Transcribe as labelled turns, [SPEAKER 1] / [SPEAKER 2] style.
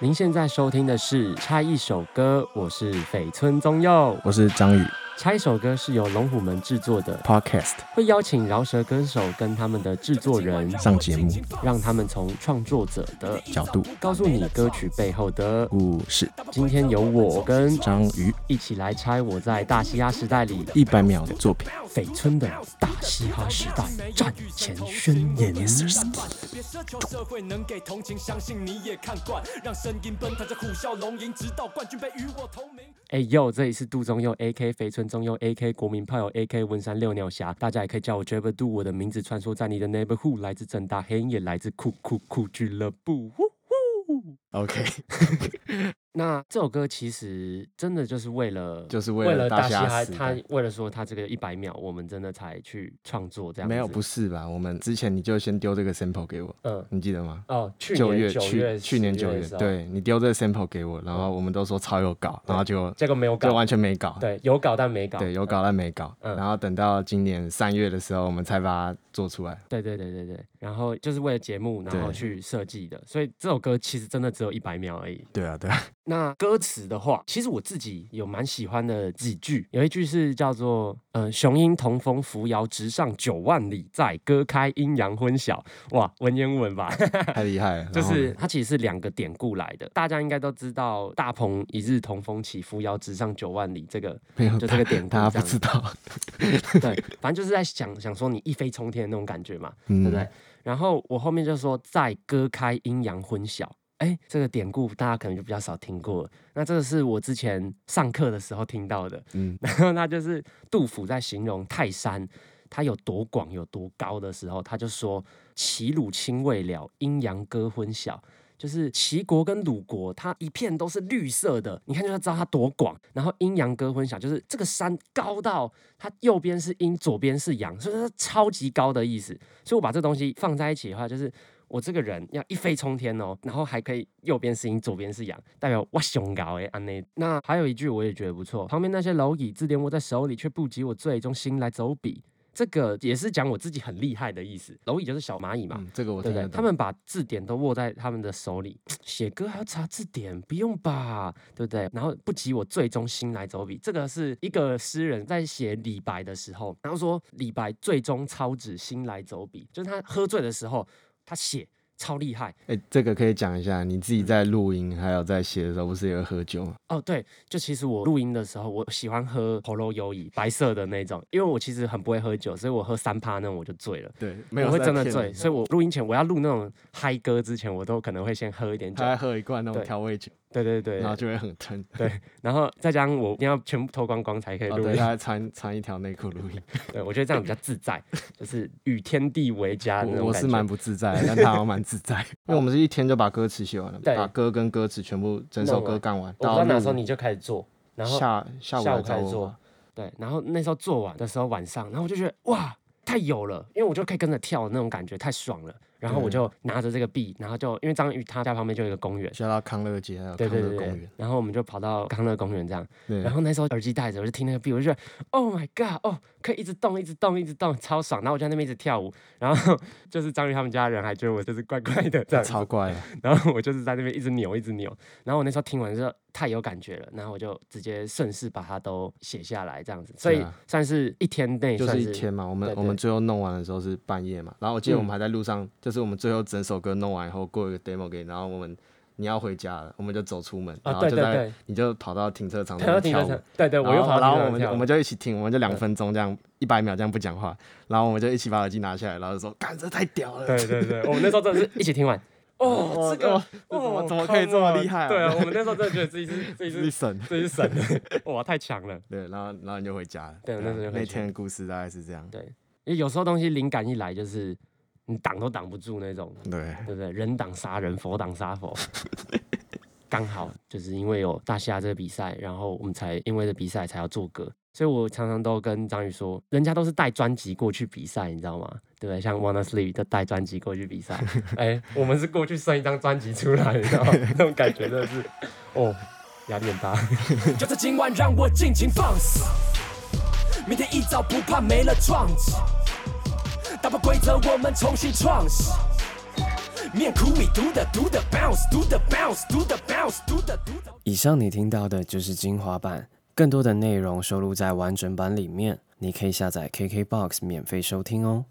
[SPEAKER 1] 您现在收听的是《拆一首歌》，我是绯村宗佑。
[SPEAKER 2] 我是张宇
[SPEAKER 1] 《拆一首歌》是由龙虎门制作的，
[SPEAKER 2] ，Podcast
[SPEAKER 1] 会邀请饶舌歌手跟他们的制作人，
[SPEAKER 2] 上节目
[SPEAKER 1] 让他们从创作者的
[SPEAKER 2] 角度
[SPEAKER 1] 告诉你歌曲背后的。
[SPEAKER 2] 故事，
[SPEAKER 1] 今天由我跟
[SPEAKER 2] 章鱼
[SPEAKER 1] 一起来拆我在大嘻哈时代里
[SPEAKER 2] 一百秒的作品，
[SPEAKER 1] 绯村的大嘻哈时代战前宣言。
[SPEAKER 3] 别奢求社会能给同情，相信你也看惯，让声音奔腾着虎啸龙吟，直到冠军杯与我同名。
[SPEAKER 1] 哎呦，这里是杜宗佑 A.K. 肥村宗佑 A.K. 国民炮友 A.K. 文山六鸟侠，大家也可以叫我 j a b e r Do。我的名字穿梭在你的 neighborhood，来自正大黑影，也来自酷酷酷俱乐部。呼
[SPEAKER 2] OK，
[SPEAKER 1] 那这首歌其实真的就是为了，
[SPEAKER 2] 就是为
[SPEAKER 1] 为
[SPEAKER 2] 了
[SPEAKER 1] 了
[SPEAKER 2] 大
[SPEAKER 1] 大嘻哈，
[SPEAKER 2] 时
[SPEAKER 1] 他
[SPEAKER 2] 代
[SPEAKER 1] 为了说他这个一百秒，我们真的才去创作这样子。
[SPEAKER 2] 没有不是吧？我们之前你就先丢这个 sample 给我，
[SPEAKER 1] 嗯
[SPEAKER 2] 你记得吗？
[SPEAKER 1] 哦，去
[SPEAKER 2] 九
[SPEAKER 1] 年九
[SPEAKER 2] 去
[SPEAKER 1] 月
[SPEAKER 2] 去年
[SPEAKER 1] 10
[SPEAKER 2] 九
[SPEAKER 1] 的
[SPEAKER 2] 月，
[SPEAKER 1] 时候，
[SPEAKER 2] 对你丢这个 sample 给我，然后我们都说超有搞，然后就
[SPEAKER 1] 结果没有
[SPEAKER 2] 就
[SPEAKER 1] 搞，
[SPEAKER 2] 完全没搞，
[SPEAKER 1] 对，有搞但没搞。
[SPEAKER 2] 对有搞但没搞，
[SPEAKER 1] 嗯
[SPEAKER 2] 然后等到今年三月的时候，我们才把它做出来。
[SPEAKER 1] 对对对对对，然后就是为了节目，然后
[SPEAKER 2] 对
[SPEAKER 1] 去设计的，所以这首歌其实真的只有一百秒而已。
[SPEAKER 2] 对啊，对啊，
[SPEAKER 1] 那歌词的话，其实我自己有蛮喜欢的几句，有一句是叫做“呃，雄鹰同风扶摇直上九万里，在歌开阴阳昏晓”，哇，文言文吧，
[SPEAKER 2] 太厉害了。
[SPEAKER 1] 就
[SPEAKER 2] 然后
[SPEAKER 1] 是
[SPEAKER 2] 呢
[SPEAKER 1] 它其实是两个典故来的，大家应该都知道“大鹏一日同风起，扶摇直上九万里”这个，
[SPEAKER 2] 没有
[SPEAKER 1] 就这个典故，
[SPEAKER 2] 大家不知道，
[SPEAKER 1] 对，反正就是在想想说你一飞冲天的那种感觉嘛，
[SPEAKER 2] 嗯
[SPEAKER 1] 对不对？然后我后面就说在割开阴阳昏晓，哎，这个典故大家可能就比较少听过了。那这个是我之前上课的时候听到的，
[SPEAKER 2] 嗯
[SPEAKER 1] 然后他就是杜甫在形容泰山它有多广有多高的时候，他就说齐鲁青未了，阴阳割昏晓。就是齐国跟鲁国，它一片都是绿色的，你看就知道它多广。然后阴阳割昏晓，就是这个山高到它右边是阴，左边是阳，所以它是超级高的意思。所以我把这东西放在一起的话，就是我这个人要一飞冲天哦，然后还可以右边是阴，左边是阳，代表我胸高哎安内。那还有一句我也觉得不错，旁边那些蝼蚁自怜握在手里，却不及我最终心来走笔。这个也是讲我自己很厉害的意思。蝼蚁就是小蚂蚁嘛，
[SPEAKER 2] 嗯，这个我
[SPEAKER 1] 对
[SPEAKER 2] 听
[SPEAKER 1] 不
[SPEAKER 2] 得
[SPEAKER 1] 对？
[SPEAKER 2] 懂。
[SPEAKER 1] 他们把字典都握在他们的手里，写歌还要查字典，不用吧？对不对？然后不及我最终心来走笔，这个是一个诗人在写李白的时候，然后说李白最终操指心来走笔，就是他喝醉的时候，他写超厉害
[SPEAKER 2] 哎、这个可以讲一下，你自己在录音还有在写的时候，不是也会喝酒吗？
[SPEAKER 1] 哦。对，就其实我录音的时候，我喜欢喝喉咙优饮，白色的那种，因为我其实很不会喝酒，所以我喝三趴那种我就醉了。
[SPEAKER 2] 对，没
[SPEAKER 1] 我
[SPEAKER 2] 有
[SPEAKER 1] 会真的醉，所以我录音前我要录那种嗨歌之前，我都可能会先喝一点酒
[SPEAKER 2] 他。还喝一罐那种
[SPEAKER 1] 对
[SPEAKER 2] 调味酒，
[SPEAKER 1] 对对对，
[SPEAKER 2] 然后就会很疼。
[SPEAKER 1] 然后再加上我一定要全部脱光光才可以
[SPEAKER 2] 哦，
[SPEAKER 1] 录
[SPEAKER 2] 对，
[SPEAKER 1] 音，
[SPEAKER 2] 他还穿穿一条内裤录音。
[SPEAKER 1] 对我觉得这样比较自 在，就是与天地为家啊的那
[SPEAKER 2] 我
[SPEAKER 1] 种
[SPEAKER 2] 我
[SPEAKER 1] 感
[SPEAKER 2] 是
[SPEAKER 1] 觉
[SPEAKER 2] 蛮。不自在的，但他好像蛮自在， 因为我们是一天就把歌词写完了，
[SPEAKER 1] 对
[SPEAKER 2] 把歌跟歌词全部整首
[SPEAKER 1] 弄
[SPEAKER 2] 歌
[SPEAKER 1] 完
[SPEAKER 2] 干完。
[SPEAKER 1] 我不
[SPEAKER 2] 到
[SPEAKER 1] 知道哪
[SPEAKER 2] 录
[SPEAKER 1] 时候你就开始做，然后
[SPEAKER 2] 下下午
[SPEAKER 1] 下
[SPEAKER 2] 来
[SPEAKER 1] 午
[SPEAKER 2] 找
[SPEAKER 1] 开始
[SPEAKER 2] 我
[SPEAKER 1] 做
[SPEAKER 2] 吧，，
[SPEAKER 1] 对，然后那时候做完的时候晚上，然后我就觉得哇太有了，因为我就可以跟着跳的那种感觉太爽了。然后我
[SPEAKER 2] 对
[SPEAKER 1] 就拿着这个币，然后就因为张宇他家旁边就有一个公园，
[SPEAKER 2] 下到康乐街还有
[SPEAKER 1] 对
[SPEAKER 2] 康
[SPEAKER 1] 对
[SPEAKER 2] 乐
[SPEAKER 1] 对
[SPEAKER 2] 公
[SPEAKER 1] 对
[SPEAKER 2] 园，，
[SPEAKER 1] 然后我们就跑到康乐公园这样，
[SPEAKER 2] 对
[SPEAKER 1] 然后那时候耳机戴着，我就听那个 beat，我就觉得 Oh my God，哦，可以一直动，一直动，一直动，超爽。然后我就在那边一直跳舞，然后就是张宇他们家人还觉得我就是怪怪的这样子，
[SPEAKER 2] 超怪的，
[SPEAKER 1] 然后我就是在那边一直扭，一直扭。然后我那时候听完之后太有感觉了，然后我就直接顺势把它都写下来这样子，所
[SPEAKER 2] 对
[SPEAKER 1] 以
[SPEAKER 2] 啊
[SPEAKER 1] 算是一天内
[SPEAKER 2] 就
[SPEAKER 1] 算
[SPEAKER 2] 是
[SPEAKER 1] 是
[SPEAKER 2] 一天嘛。我们
[SPEAKER 1] 对
[SPEAKER 2] 我们
[SPEAKER 1] 对
[SPEAKER 2] 最后弄完的时候是半夜嘛，然后我记得我
[SPEAKER 1] 嗯
[SPEAKER 2] 们还在路上，就是我们最后整首歌弄完以后，过一个 demo 给你，然后我们。你要回家了，我们就走出门，
[SPEAKER 1] 啊
[SPEAKER 2] 然后
[SPEAKER 1] 对
[SPEAKER 2] 就
[SPEAKER 1] 对
[SPEAKER 2] 在
[SPEAKER 1] 对
[SPEAKER 2] 你就跑到停车场那
[SPEAKER 1] 跑到
[SPEAKER 2] 边
[SPEAKER 1] 停
[SPEAKER 2] 跳
[SPEAKER 1] 车
[SPEAKER 2] 舞
[SPEAKER 1] 场，，对对，我又
[SPEAKER 2] 然后
[SPEAKER 1] 跑
[SPEAKER 2] 然
[SPEAKER 1] 到
[SPEAKER 2] 后
[SPEAKER 1] 停
[SPEAKER 2] 我
[SPEAKER 1] 车
[SPEAKER 2] 们就
[SPEAKER 1] 场
[SPEAKER 2] 我
[SPEAKER 1] 跳
[SPEAKER 2] 们
[SPEAKER 1] 舞。
[SPEAKER 2] 就一起听，我们就两分钟这样一百秒这样不讲话，然后我们就一起把耳机拿下来，然后就说：“干，这太屌了！”
[SPEAKER 1] 对 对对，我们那时候真的是一起听完。哦，
[SPEAKER 2] 哇
[SPEAKER 1] 这个
[SPEAKER 2] 哇这怎么
[SPEAKER 1] 哦
[SPEAKER 2] 怎么可以这么
[SPEAKER 1] come on
[SPEAKER 2] 厉害啊
[SPEAKER 1] 对啊，我们那时候真的觉得自己是自己
[SPEAKER 2] 自己
[SPEAKER 1] 是
[SPEAKER 2] 神。
[SPEAKER 1] 这是 神，哇，太强了。
[SPEAKER 2] 对，然后然后你就回家了。
[SPEAKER 1] 对
[SPEAKER 2] 啊
[SPEAKER 1] 那时候就回
[SPEAKER 2] 那
[SPEAKER 1] 家
[SPEAKER 2] 天的故事大概是这样。
[SPEAKER 1] 因为有时候东西灵感一来，就是你挡都挡不住那种，
[SPEAKER 2] 对，
[SPEAKER 1] 对不对？人挡杀人，佛挡杀佛。 刚好就是因为有大虾这个比赛，然后我们才因为这比赛才要做歌，所以我常常都跟张宇说，人家都是带专辑过去比赛，你知道吗？对不对？像 Wanna Sleep 都带专辑过去比赛， 哎，我们是过去送一张专辑出来，你知道吗？ 那种感觉真的是，哦，压力很大。
[SPEAKER 3] 就在今晚让我尽情放肆，明天一早不怕没了创意，打破规则我们重新创始，面苦米读的读的 bounce 读的 bounce 读的 bounce 读的读的。
[SPEAKER 4] 以上你听到的就是精华版，更多的内容收录在完整版里面，你可以下载 KKBOX 免费收听哦。